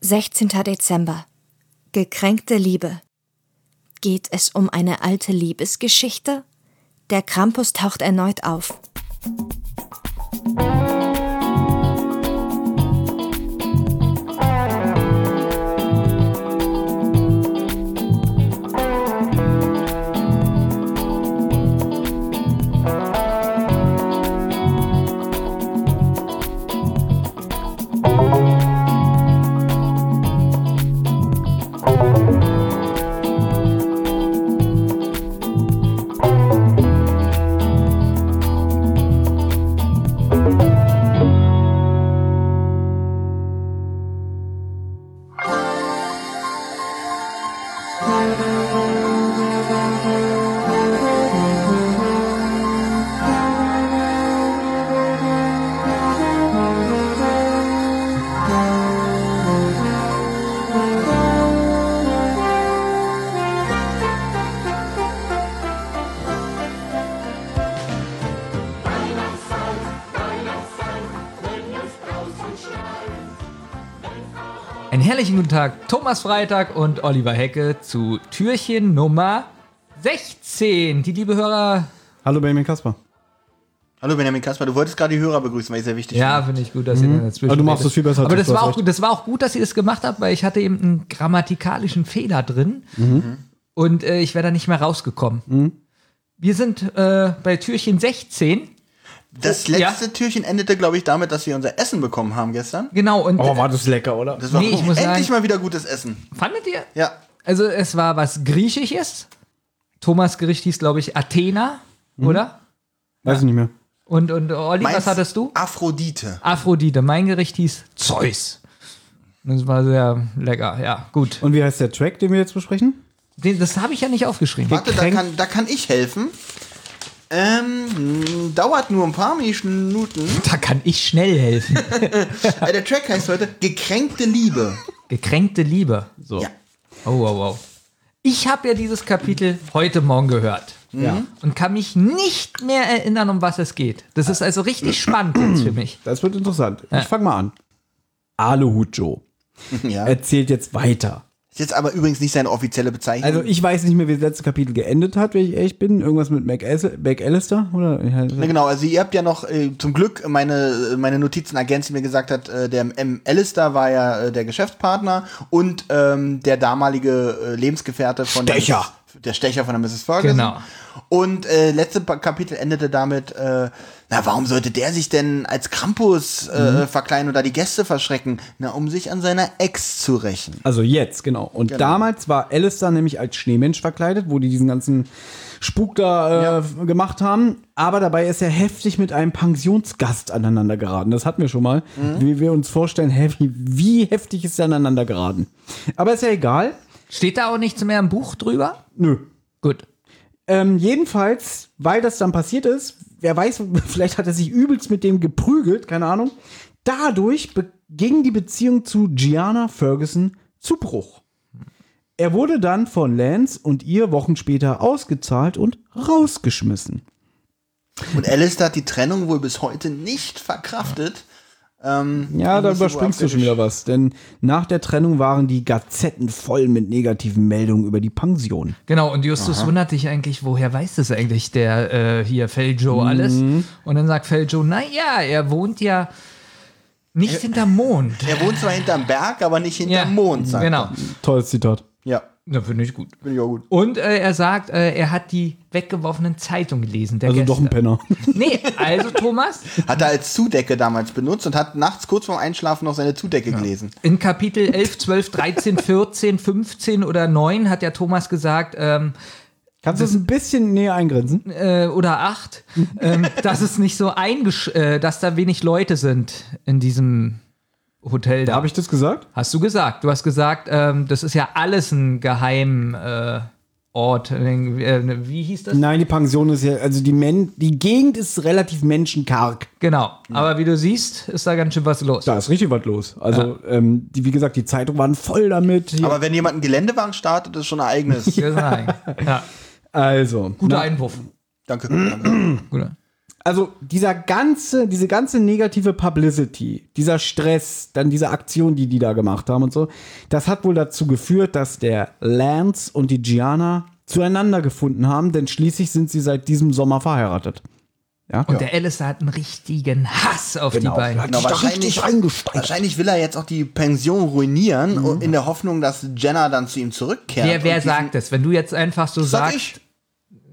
16. Dezember. Gekränkte Liebe. Geht es um eine alte Liebesgeschichte? Der Krampus taucht erneut auf. Einen herrlichen guten Tag, Thomas Freitag und Oliver Hecke zu Türchen Nummer 16. Die liebe Hörer. Hallo Benjamin Kasper. Hallo Benjamin Kasper, du wolltest gerade die Hörer begrüßen, weil ich sehr wichtig Ja, finde ich gut, dass ihr dazwischen. Mhm. Aber du machst das viel besser, Aber das du hast war, auch, recht. gut- das war auch gut, dass ihr das gemacht habt, weil ich hatte eben einen grammatikalischen Fehler drin Mhm. und äh, ich wäre da nicht mehr rausgekommen. Wir sind äh, bei Türchen 16. finde. Das Oh, ja. letzte Türchen endete, glaube ich, damit, dass wir unser Essen bekommen haben gestern. Genau, und Oh, war das lecker, oder? Das war Nee, ich muss endlich sagen- mal wieder gutes Essen. fandet ihr? Ja. Also es war was Griechisches. Thomas Gericht hieß, glaube ich, Athena, Mhm. oder? Weiß ich nicht mehr. Und, und äh, Olli, was Meins hattest du? Aphrodite. Aphrodite. Mein Gericht hieß Zeus. Das war sehr lecker, ja, gut. Und wie heißt der Track, den wir jetzt besprechen? Den, das habe ich ja nicht aufgeschrieben. Warte, da Getränk- kann, da kann ich helfen. Ähm, m, dauert nur ein paar Minuten. Da kann ich schnell helfen. Äh, der Track heißt heute Gekränkte Liebe. Gekränkte Liebe. So. Ja. Oh, wow, wow. Ich habe ja dieses Kapitel heute Morgen gehört. Mhm. Ja. Und kann mich nicht mehr erinnern, um was es geht. Das ist also richtig spannend jetzt für mich. Das wird interessant. Ich fang mal an. Aluhut Joe ja. erzählt jetzt weiter. Ist jetzt aber übrigens nicht seine offizielle Bezeichnung. Also ich weiß nicht mehr, wie das letzte Kapitel geendet hat, wenn ich ehrlich bin. Irgendwas mit McAs- McAllister? Oder? Hm. Na genau, also ihr habt ja noch äh, zum Glück meine, meine Notizen ergänzt, die mir gesagt hat, äh, der M. Alistair war ja äh, der Geschäftspartner und ähm, der damalige äh, Lebensgefährte von Stecher. Der, Mrs., der Stecher von der Mrs. Ferguson. Genau. Und äh, letzte Pa- Kapitel endete damit, äh, na warum sollte der sich denn als Krampus äh, Mhm. verkleiden oder die Gäste verschrecken? Na, um sich an seiner Ex zu rächen. Also jetzt, genau. Und damals war Alistair nämlich als Schneemensch verkleidet, wo die diesen ganzen Spuk da äh, Ja. f- gemacht haben. Aber dabei ist er heftig mit einem Pensionsgast aneinander geraten. Das hatten wir schon mal. Wie wir uns vorstellen, hä, wie, wie heftig ist er aneinander geraten. Aber ist ja egal. Steht da auch nichts mehr im Buch drüber? Nö. Gut. Ähm, jedenfalls, weil das dann passiert ist, wer weiß, vielleicht hat er sich übelst mit dem geprügelt, keine Ahnung. Dadurch be- ging die Beziehung zu Gianna Ferguson zu Bruch. Er wurde dann von Lance und ihr Wochen später ausgezahlt und rausgeschmissen. Und Alistair hat die Trennung wohl bis heute nicht verkraftet. Ähm, Ja, da die muss sie wohl überspringst du schon abgesch- wieder was, denn nach der Trennung waren die Gazetten voll mit negativen Meldungen über die Pension. Genau, und Justus wundert sich eigentlich, woher weiß das eigentlich der äh, hier Feljo alles? Und dann sagt Feljo, naja, er wohnt ja nicht hinterm Mond. Er wohnt zwar hinterm Berg, aber nicht hinterm Ja, Mond, sagt Genau, Tolles Zitat. Ja, da finde ich gut. bin ich auch gut. Und äh, er sagt, äh, er hat die weggeworfenen Zeitungen gelesen. Der Also Gäste. doch ein Penner. Nee, also Thomas, Hat er als Zudecke damals benutzt und hat nachts kurz vorm Einschlafen noch seine Zudecke gelesen. in Kapitel 11, 12, 13, 14, 15 oder 9 hat ja Thomas gesagt, ähm, Kannst du das ein bisschen näher eingrenzen? äh, oder 8, ähm, dass es nicht so eingesch... Äh, dass da wenig Leute sind in diesem Hotel da. Habe ich das gesagt? Hast du gesagt. Du hast gesagt, ähm, das ist ja alles ein geheim äh, Ort. Äh, wie hieß das? Nein, die Pension ist ja, also die, Men die Gegend ist relativ menschenkarg. Genau. Aber wie du siehst, ist da ganz schön was los. Da ist richtig was los. Also, ähm, die, wie gesagt, die Zeitungen waren voll damit. Hier- Aber wenn jemand einen Geländewagen startet, ist schon ein eigenes. Ja. Ja. also, Guter Einwurf. Danke. Danke. Guter. also dieser ganze, diese ganze negative Publicity, dieser Stress, dann diese Aktion, die die da gemacht haben und so, das hat wohl dazu geführt, dass der Lance und die Gianna zueinander gefunden haben, denn schließlich sind sie seit diesem Sommer verheiratet. Ja, Und der Alistair hat einen richtigen Hass auf die beiden. Genau, wahrscheinlich, wahrscheinlich will er jetzt auch die Pension ruinieren, Mhm. in der Hoffnung, dass Jenna dann zu ihm zurückkehrt. Wer, wer Und diesen- sagt das? Wenn du jetzt einfach so Das sag sagst,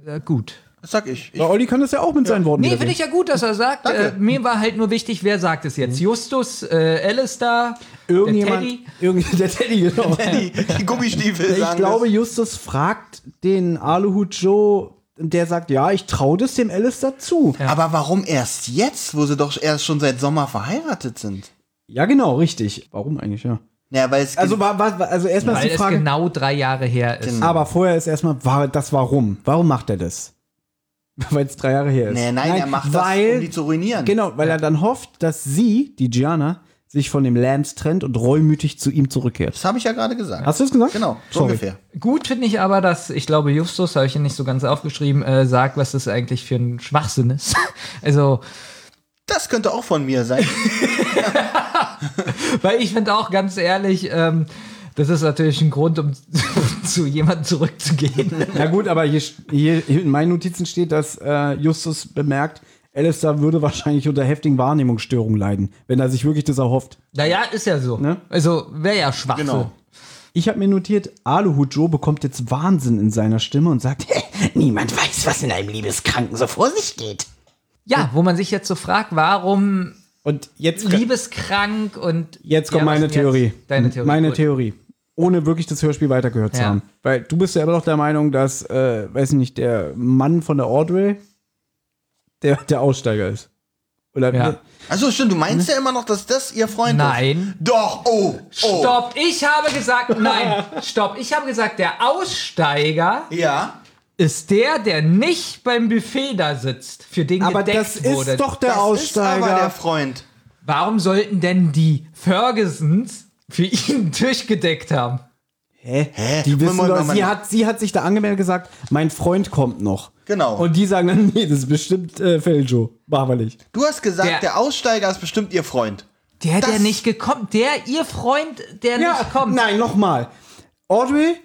ich. Äh, gut. Das sag ich. ich Ja, Olli kann das ja auch mit seinen Worten Nee, wiedergeben. finde ich ja gut, dass er sagt. Äh, mir war halt nur wichtig, wer sagt es jetzt? Justus, äh, Alistair, Mhm. Irgendjemand, der Teddy. Irgendwie, der Teddy, genau. die, die Gummistiefel Ich sagen glaube, Justus fragt den Aluhut Joe und der sagt, ja, ich traue das dem Alice dazu. Ja. das. Aber warum erst jetzt, wo sie doch erst schon seit Sommer verheiratet sind? genau, richtig. Warum eigentlich, ja? Naja, weil es Also, war, war, war- also erstmal Weil ist die es Frage, Genau. genau drei Jahre her ist. aber vorher ist erstmal war das Warum. Warum macht er das? Weil es drei Jahre her ist. Nee, nein, er macht das, weil, um die zu ruinieren. Genau, weil er dann hofft, dass sie, die Gianna, sich von dem Lance trennt und reumütig zu ihm zurückkehrt. das habe ich ja gerade gesagt. Hast du es gesagt? Genau, so Sorry. ungefähr. Gut finde ich aber, dass, ich glaube, Justus, habe ich hier nicht so ganz aufgeschrieben, äh, sagt, was das eigentlich für ein Schwachsinn ist. also, Das könnte auch von mir sein. weil ich finde auch ganz ehrlich, ähm, das ist natürlich ein Grund, um zu jemandem zurückzugehen. Na gut, aber hier, hier hier in meinen Notizen steht, dass äh, Justus bemerkt, Alistair würde wahrscheinlich unter heftigen Wahrnehmungsstörungen leiden, wenn er sich wirklich das erhofft. naja, ist ja so. Ne? Also, wäre ja Schwachsinn. Genau. Ich habe mir notiert, Aluhut Joe bekommt jetzt Wahnsinn in seiner Stimme und sagt, niemand weiß, was in einem Liebeskranken so vor sich geht. Ja, wo man sich jetzt so fragt, warum Und jetzt, liebeskrank und. jetzt kommt Ja, was meine denn jetzt? Theorie. Deine Theorie. Meine gut. Theorie. Ohne wirklich das Hörspiel weitergehört zu Ja. haben. Weil du bist ja immer noch der Meinung, dass, äh, weiß nicht, der Mann von der Audrey der, der Aussteiger ist. Oder Ja. Also stimmt, du meinst Mhm. ja immer noch, dass das ihr Freund Nein. ist. Doch, oh, oh. Stopp, ich habe gesagt, nein, stopp, ich habe gesagt, der Aussteiger Ja, ist der, der nicht beim Buffet da sitzt, für den Aber gedeckt das ist wurde. doch der das Aussteiger. ist aber der Freund. Warum sollten denn die Fergusons für ihn durchgedeckt haben? Hä? Hä? Die wissen Moment, doch, Moment, sie, Moment. hat, sie hat sich da angemeldet und gesagt, mein Freund kommt noch. Genau. Und die sagen dann, nee, das ist bestimmt äh, Feljo. Machen wir nicht. Du hast gesagt, Der- der, Aussteiger ist bestimmt ihr Freund. Der, der Das- nicht gekommen, der, ihr Freund, der nicht kommt. nein, nochmal. Audrey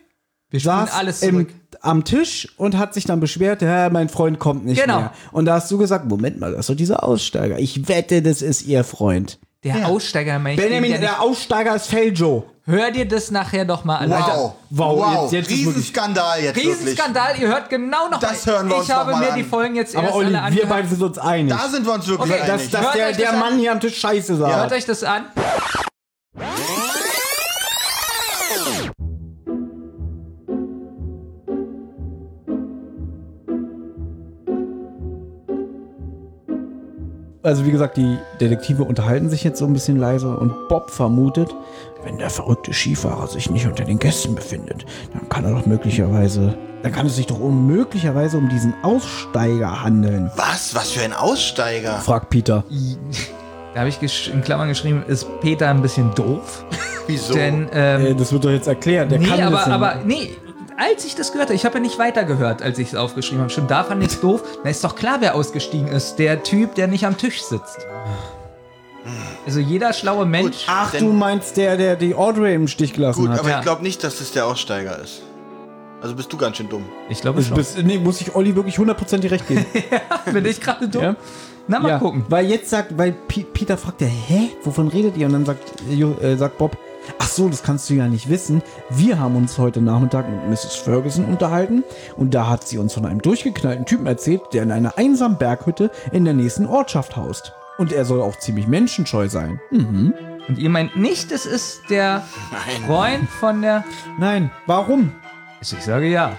Wir spielen saß alles im, zurück. am Tisch und hat sich dann beschwert, ja, mein Freund kommt nicht Genau. mehr. Und da hast du gesagt, Moment mal, das ist doch dieser Aussteiger. Ich wette, das ist ihr Freund. Der Aussteiger, mein Benjamin, der, der Aussteiger ist Feljo. Hör dir das nachher nochmal an. Wow. wow, wow. jetzt- jetzt ist wirklich- Riesenskandal jetzt wirklich. Riesenskandal, ihr hört genau noch Das hören wir Ich uns noch habe mal mir an. die Folgen jetzt Aber erst Olli, alle wir angehört. beide sind uns einig. Da sind wir uns wirklich Okay, einig. dass dass Hört der, euch der das Mann an. hier am Tisch Scheiße sagt. Hört euch das an. Also wie gesagt, die Detektive unterhalten sich jetzt so ein bisschen leise und Bob vermutet, wenn der verrückte Skifahrer sich nicht unter den Gästen befindet, dann kann er doch möglicherweise, dann kann es sich doch um- möglicherweise um diesen Aussteiger handeln, Was? Was für ein Aussteiger? fragt Peter. Da habe ich gesch- in Klammern geschrieben, ist Peter ein bisschen doof. Wieso? Denn, ähm, Äh, das wird doch jetzt erklärt, der kann nee, aber, das ja aber, nicht. nee, als ich das gehört habe, ich habe ja nicht weitergehört, als ich es aufgeschrieben habe. Schon da fand ich es doof. Na, ist doch klar, wer ausgestiegen ist. Der Typ, der nicht am Tisch sitzt. Also jeder schlaue Mensch. Ach, Denn- du meinst der, der die Audrey im Stich gelassen Gut, hat. aber Ja. ich glaube nicht, dass das der Aussteiger ist. Also bist du ganz schön dumm. Ich glaube Das schon. bist, nee, muss ich Olli wirklich hundertprozentig recht geben. Bin ich gerade dumm? Ja. Na, mal ja, gucken. Weil jetzt sagt, weil Pi- Peter fragt ja, hä, wovon redet ihr? Und dann sagt, Jo- äh, sagt Bob, ach so, das kannst du ja nicht wissen. Wir haben uns heute Nachmittag mit Mrs. Ferguson unterhalten und da hat sie uns von einem durchgeknallten Typen erzählt, der in einer einsamen Berghütte in der nächsten Ortschaft haust. Und er soll auch ziemlich menschenscheu sein. Hm. Und ihr meint nicht, es ist der Freund von der. Nein, warum? Also ich sage ja.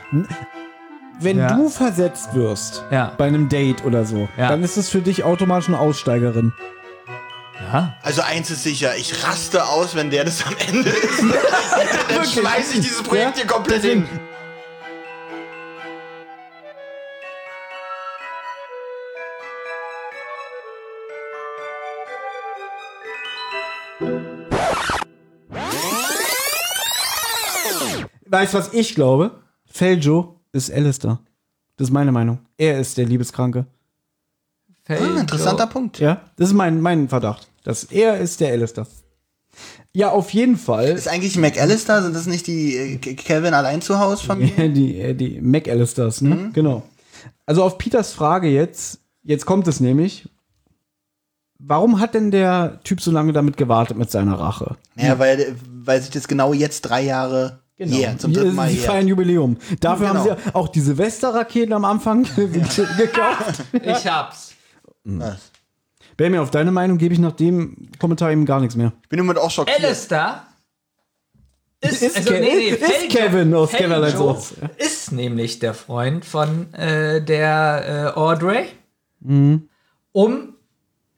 Wenn Ja. du versetzt wirst Ja. bei einem Date oder so, Ja. dann ist es für dich automatisch eine Aussteigerin. Ja. Also eins ist sicher, ich raste aus, wenn der das am Ende ist. Dann schmeiß ich dieses Projekt hier komplett hin. Weißt du, was ich glaube? Feljo ist Alistair. Das ist meine Meinung. Er ist der Liebeskranke. Fällt Ah, interessanter Punkt. Ja, das ist mein, mein Verdacht. Dass er ist der Alistair. Ja, auf jeden Fall. Ist eigentlich McAllister, sind das nicht die äh, K- Calvin allein zu Hause Familie? die, äh, die McAllisters, ne? Genau. Also auf Peters Frage jetzt, jetzt kommt es nämlich. Warum hat denn der Typ so lange damit gewartet mit seiner Rache? Ja, weil, äh, weil sich das genau jetzt drei Jahre jährt, zum Hier dritten ist- Mal Sie jährt. feiern Jubiläum. Dafür Genau. haben sie auch die Silvester-Raketen am Anfang gekauft. Ich hab's. Was? Benjamin, auf deine Meinung gebe ich nach dem Kommentar eben gar nichts mehr. Ich bin im Moment auch schockiert. Alistair ist, Ist also, Ke- nee, nee, ist Fell- Kevin aus Fell- Kevin allein zu Joe Hause. Ist nämlich der Freund von äh, der äh, Audrey, Mhm. um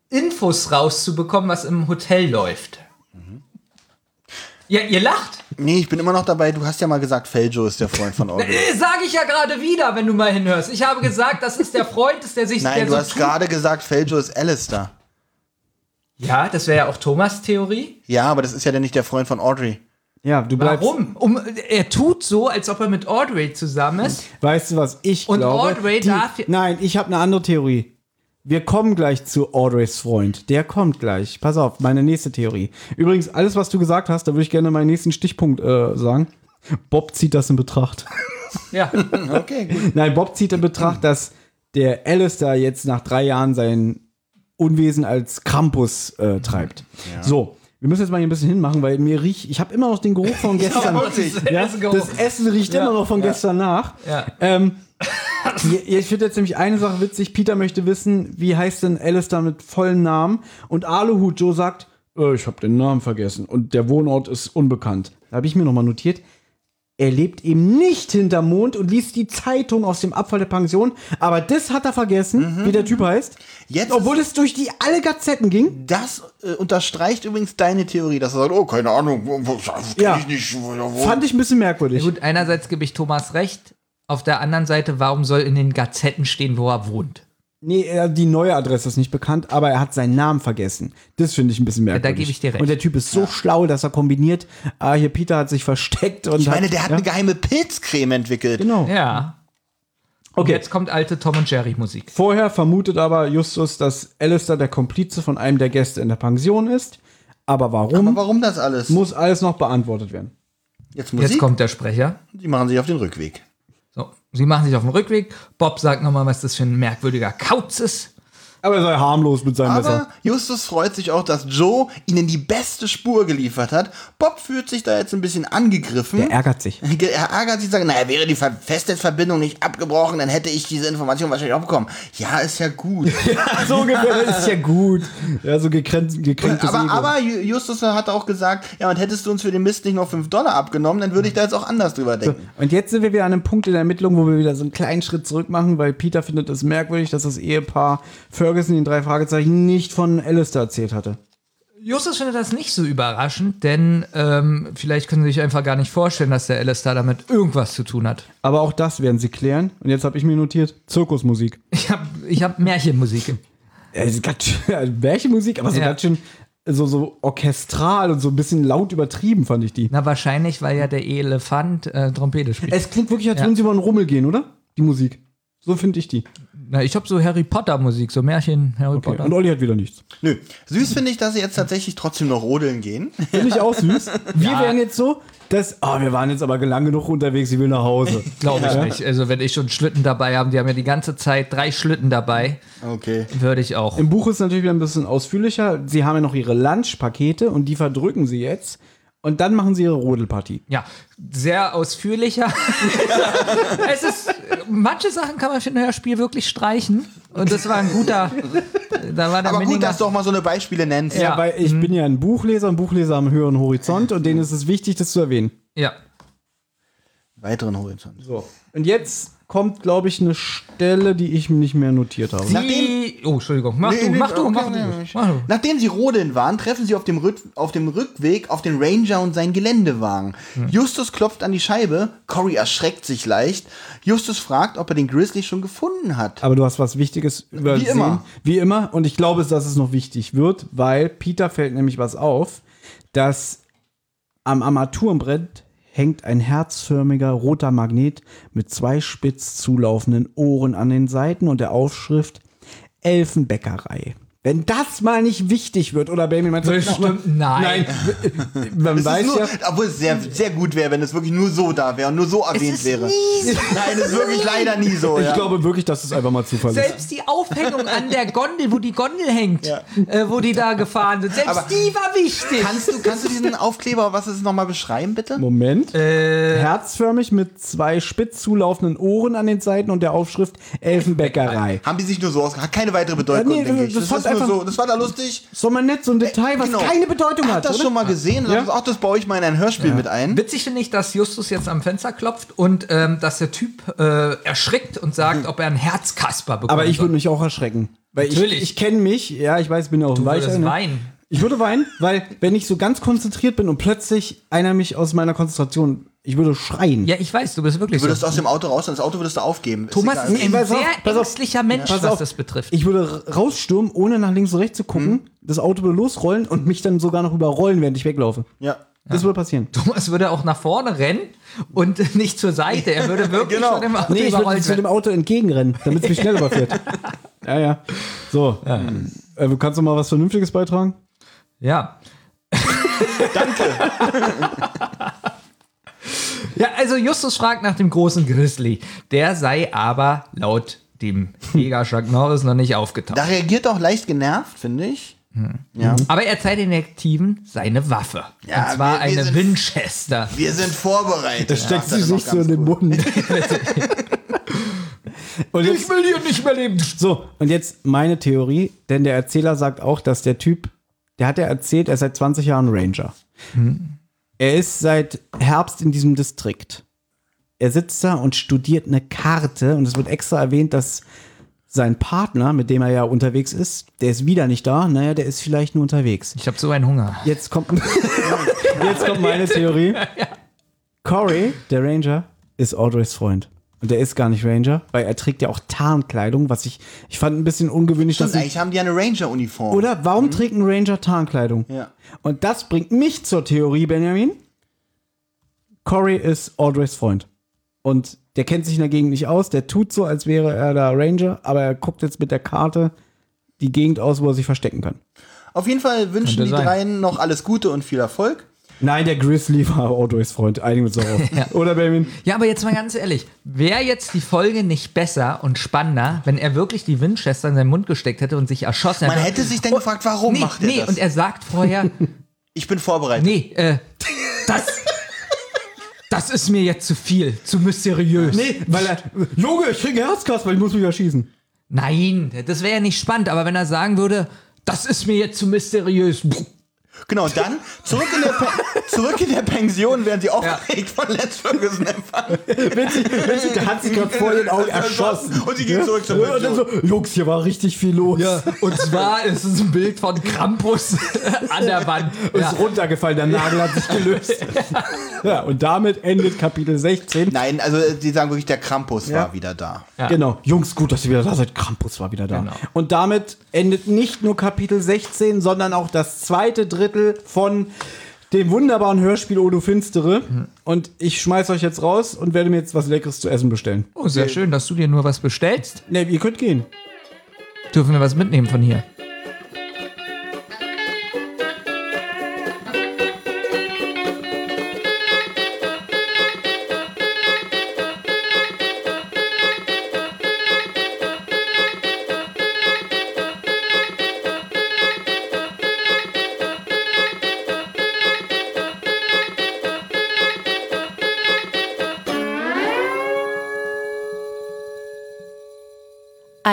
Infos rauszubekommen, was im Hotel läuft. Mhm. Ja, ihr lacht. Nee, ich bin immer noch dabei. Du hast ja mal gesagt, Feljo ist der Freund von Audrey. Äh, Sage ich ja gerade wieder, wenn du mal hinhörst. Ich habe gesagt, das ist der Freund, ist der sich der Nein, du so hast tut. gerade gesagt, Feljo ist Alistair. Ja, das wäre ja auch Thomas Theorie. Ja, aber das ist ja dann nicht der Freund von Audrey. Ja, du bleibst. Warum? Um, er tut so, als ob er mit Audrey zusammen ist. Weißt du, was ich Und glaube? Audrey die, darf- Nein, ich habe eine andere Theorie. Wir kommen gleich zu Audreys Freund. Der kommt gleich. Pass auf, meine nächste Theorie. Übrigens, alles, was du gesagt hast, da würde ich gerne meinen nächsten Stichpunkt äh, sagen. Bob zieht das in Betracht. Ja. Okay, gut. Nein, Bob zieht in Betracht, dass der Alistair jetzt nach drei Jahren sein Unwesen als Krampus äh, treibt. So, wir müssen jetzt mal hier ein bisschen hinmachen, weil mir riecht, ich habe immer noch den Geruch von gestern. wirklich. Ja, Das Äh, ist Geruch. das Essen riecht immer noch von gestern nach. Ja. Ähm, je- je- ich finde jetzt nämlich eine Sache witzig. Peter möchte wissen, wie heißt denn Alistair mit vollem Namen? Und Aluhut Joe sagt, äh, ich habe den Namen vergessen und der Wohnort ist unbekannt. Da habe ich mir nochmal notiert. Er lebt eben nicht hinterm Mond und liest die Zeitung aus dem Abfall der Pension. Aber das hat er vergessen, wie der Typ heißt. Jetzt Obwohl es durch die alle Gazetten ging. Das äh, unterstreicht übrigens deine Theorie, dass er sagt, oh, keine Ahnung, wo- wo- das kenn Ja. ich nicht. wo- wo- Fand ich ein bisschen merkwürdig. Gut, einerseits gebe ich Thomas recht, auf der anderen Seite, warum soll in den Gazetten stehen, wo er wohnt? Nee, äh, die neue Adresse ist nicht bekannt, aber er hat seinen Namen vergessen. Das finde ich ein bisschen merkwürdig. gebe ich dir recht. Und der Typ ist so schlau, dass er kombiniert, ah, hier Peter hat sich versteckt und Ich meine, der hat ja, eine geheime Pilzcreme entwickelt. Genau. Ja. Und Okay. jetzt kommt alte Tom und Jerry Musik. Vorher vermutet aber Justus, dass Alistair der Komplize von einem der Gäste in der Pension ist. Aber warum, Aber warum das alles? Genau. muss alles noch beantwortet werden. Jetzt Musik. Jetzt kommt der Sprecher. Die machen sich auf den Rückweg. So, sie machen sich auf den Rückweg. Bob sagt nochmal, was das für ein merkwürdiger Kauz ist. Aber er sei harmlos mit seinem Messer. Aber Justus freut sich auch, dass Joe ihnen die beste Spur geliefert hat. Bob fühlt sich da jetzt ein bisschen angegriffen. Er ärgert sich. Ge- Er ärgert sich, sagt, naja, wäre die Ver- Festnetzverbindung nicht abgebrochen, dann hätte ich diese Information wahrscheinlich auch bekommen. Ja, ist ja gut. so ungefähr, das ist ja gut. Ja, so gekränkt, gekränktes aber, Ego. aber Ju- Justus hat auch gesagt, ja, und hättest du uns für den Mist nicht noch 5 Dollar abgenommen, dann würde ich da jetzt auch anders drüber denken. Und jetzt sind wir wieder an einem Punkt in der Ermittlung, wo wir wieder so einen kleinen Schritt zurück machen, weil Peter findet es merkwürdig, dass das Ehepaar Ferguson den drei Fragezeichen nicht von Alistair erzählt hatte. Justus findet das nicht so überraschend, denn ähm, vielleicht können sie sich einfach gar nicht vorstellen, dass der Alistair damit irgendwas zu tun hat. Aber auch das werden sie klären. Und jetzt habe ich mir notiert, Zirkusmusik. Ich habe ich hab Märchenmusik. Ja, das ist ganz schön, Märchenmusik, aber so Ja. ganz schön so, so orchestral und so ein bisschen laut übertrieben, fand ich die. Na, wahrscheinlich, weil ja der Elefant äh, Trompete spielt. Es klingt wirklich, als würden sie über einen Rummel gehen, oder? Die Musik. So finde ich die. Na, ich habe so Harry Potter Musik, so Märchen, Harry Okay. Potter. Und Olli hat wieder nichts. Nö. Süß finde ich, dass sie jetzt tatsächlich trotzdem noch rodeln gehen. Finde ich auch süß. Wir wären jetzt so, dass, ah, wir waren jetzt aber lang genug unterwegs, ich will nach Hause. Glaube ich nicht. Also wenn ich schon Schlitten dabei habe, die haben ja die ganze Zeit drei Schlitten dabei, Okay. würde ich auch. Im Buch ist natürlich wieder ein bisschen ausführlicher. Sie haben ja noch ihre Lunchpakete und die verdrücken sie jetzt. Und dann machen sie ihre Rodelpartie. Ja, sehr ausführlicher. es ist, manche Sachen kann man für ein Hörspiel wirklich streichen. Und das war ein guter, da war der Aber gut, Minninger- dass du auch mal so eine Beispiele nennst. Ja. Weil ich bin ja ein Buchleser und Buchleser haben einen höheren Horizont und denen ist es wichtig, das zu erwähnen. Ja, Weiteren Horizont. So. Und jetzt kommt, glaube ich, eine Stelle, die ich nicht mehr notiert habe. die, oh, Entschuldigung, mach Nee, du, nee, mach du, okay, mach nee, nee, du. ich- Mach du. Nachdem sie rodeln waren, treffen sie auf dem, Rüt auf dem Rückweg auf den Ranger und seinen Geländewagen. Justus klopft an die Scheibe, Cory erschreckt sich leicht. Justus fragt, ob er den Grizzly schon gefunden hat. Aber du hast was Wichtiges übersehen. immer. Wie immer. Und ich glaube, dass es noch wichtig wird, weil Peter fällt nämlich was auf, dass am Armaturenbrett hängt ein herzförmiger roter Magnet mit zwei spitz zulaufenden Ohren an den Seiten und der Aufschrift Elfenbäckerei. Wenn das mal nicht wichtig wird, oder Baby meint, Bestimmt nein. nein. Man Es ist weiß nur, ja, Obwohl es sehr, sehr gut wäre, wenn es wirklich nur so da wäre und nur so erwähnt ist wäre. nie so. Nein, es ist wirklich leider nie so. ich Oh ja. glaube wirklich, dass es einfach mal Zufall ist. Selbst die Aufhängung an der Gondel, wo die Gondel hängt, äh, wo die da gefahren sind, selbst Aber die war wichtig. Kannst du, kannst du diesen Aufkleber, was ist es nochmal beschreiben, bitte? Moment. Äh. Herzförmig mit zwei spitz zulaufenden Ohren an den Seiten und der Aufschrift Elfenbäckerei. Haben die sich nur so ausge... Hat keine weitere Bedeutung, Ja, nee, denke ich. das Das, hat ist nur einfach- so. Das war da lustig. So mal nett, so ein Detail, was Genau. keine Bedeutung hat hat. das oder? schon mal gesehen. Und Ja. dann, ach, das baue ich mal in ein Hörspiel mit ein. Witzig finde ich, dass Justus jetzt am Fenster klopft und ähm, dass der Typ äh, erschrickt und sagt, ob er einen Herzkasper bekommt. Hm. Aber ich würde mich auch erschrecken. Weil Natürlich. ich, ich kenne mich, ja, ich weiß, ich bin ja auch ein Weicher. das ne? Wein. Ich würde weinen, weil wenn ich so ganz konzentriert bin und plötzlich einer mich aus meiner Konzentration, ich würde schreien. Ja, ich weiß, du bist wirklich Du würdest so. aus dem Auto raus und das Auto würdest du aufgeben. Ist Thomas egal. ist ein Nee, pass auf, sehr pass auf. ängstlicher Mensch, Pass was auf. das betrifft. Ich würde r- rausstürmen, ohne nach links und rechts zu gucken, Mhm. das Auto würde losrollen und mich dann sogar noch überrollen, während ich weglaufe. Ja. Das würde passieren. Thomas würde auch nach vorne rennen und nicht zur Seite. Er würde wirklich Genau. von dem Auto Nee, ich würde überrollt zu dem werden. Auto entgegenrennen, damit es mich schnell überfährt. Ja, ja. So. Äh, kannst du mal was Vernünftiges beitragen? Ja. Danke. ja, also Justus fragt nach dem großen Grizzly. Der sei aber laut dem Jäger Chuck Norris noch nicht aufgetaucht. Da reagiert er auch leicht genervt, finde ich. Ja. aber er zeigt den Aktiven seine Waffe. Ja, und zwar wir- wir eine sind- Winchester. Wir sind vorbereitet. Das Steckst du sich so in den Mund. und jetzt will hier nicht mehr leben. So, und jetzt meine Theorie, denn der Erzähler sagt auch, dass der Typ, der hat ja erzählt, er ist seit 20 Jahren Ranger. Er ist seit Herbst in diesem Distrikt. Er sitzt da und studiert eine Karte und es wird extra erwähnt, dass sein Partner, mit dem er ja unterwegs ist, der ist wieder nicht da. Naja, der ist vielleicht nur unterwegs. Ich habe so einen Hunger. Jetzt kommt, jetzt kommt meine Theorie. Corey, der Ranger, ist Audreys Freund. Und der ist gar nicht Ranger, weil er trägt ja auch Tarnkleidung, was ich, ich fand ein bisschen ungewöhnlich, dass Stimmt, sie, eigentlich haben die eine Ranger-Uniform. Oder warum trägt ein Ranger Tarnkleidung? Ja. Und das bringt mich zur Theorie, Benjamin. Corey ist Audreys Freund. Und der kennt sich in der Gegend nicht aus, der tut so, als wäre er da Ranger, aber er guckt jetzt mit der Karte die Gegend aus, wo er sich verstecken kann. Auf jeden Fall wünschen Könnte die sein. dreien noch alles Gute und viel Erfolg. Nein, der Grizzly war Audreys Freund. Einigen wir uns darauf. Oder, Benjamin? Ja, aber jetzt mal ganz ehrlich, wäre jetzt die Folge nicht besser und spannender, wenn er wirklich die Winchester in seinen Mund gesteckt hätte und sich erschossen hätte? Man hätte sich dann gefragt, warum Oh, nee, macht er nee, das? und er sagt vorher, ich bin vorbereitet. nee, äh, das, das ist mir jetzt zu viel, zu mysteriös. Nee, weil er. Junge, ich kriege Herzkasper, ich muss mich erschießen. Nein, das wäre ja nicht spannend, aber wenn er sagen würde, das ist mir jetzt zu mysteriös. Genau, und dann zurück in der, Pe- zurück in der Pension werden sie aufgeregt von Let's Ferguson empfangen. Witzig, witzig, der hat sich gerade vor den Augen erschossen. Und sie gehen zurück zur Ja, und dann Pension. so, Jungs, hier war richtig viel los. Ja, und zwar ist es ein Bild von Krampus an der Wand. Und Ist runtergefallen, der Nagel hat sich gelöst. ja, und damit endet Kapitel 16. Nein, also äh, die sagen wirklich, der Krampus war wieder da. Genau. Jungs, gut, dass ihr wieder da seid. Krampus war wieder da. Genau. Und damit endet nicht nur Kapitel 16, sondern auch das zweite Drittel von dem wunderbaren Hörspiel Odo Finstere. Und ich schmeiß euch jetzt raus und werde mir jetzt was Leckeres zu essen bestellen. Oh, sehr schön, dass du dir nur was bestellst. Ne, ihr könnt gehen. Dürfen wir was mitnehmen von hier?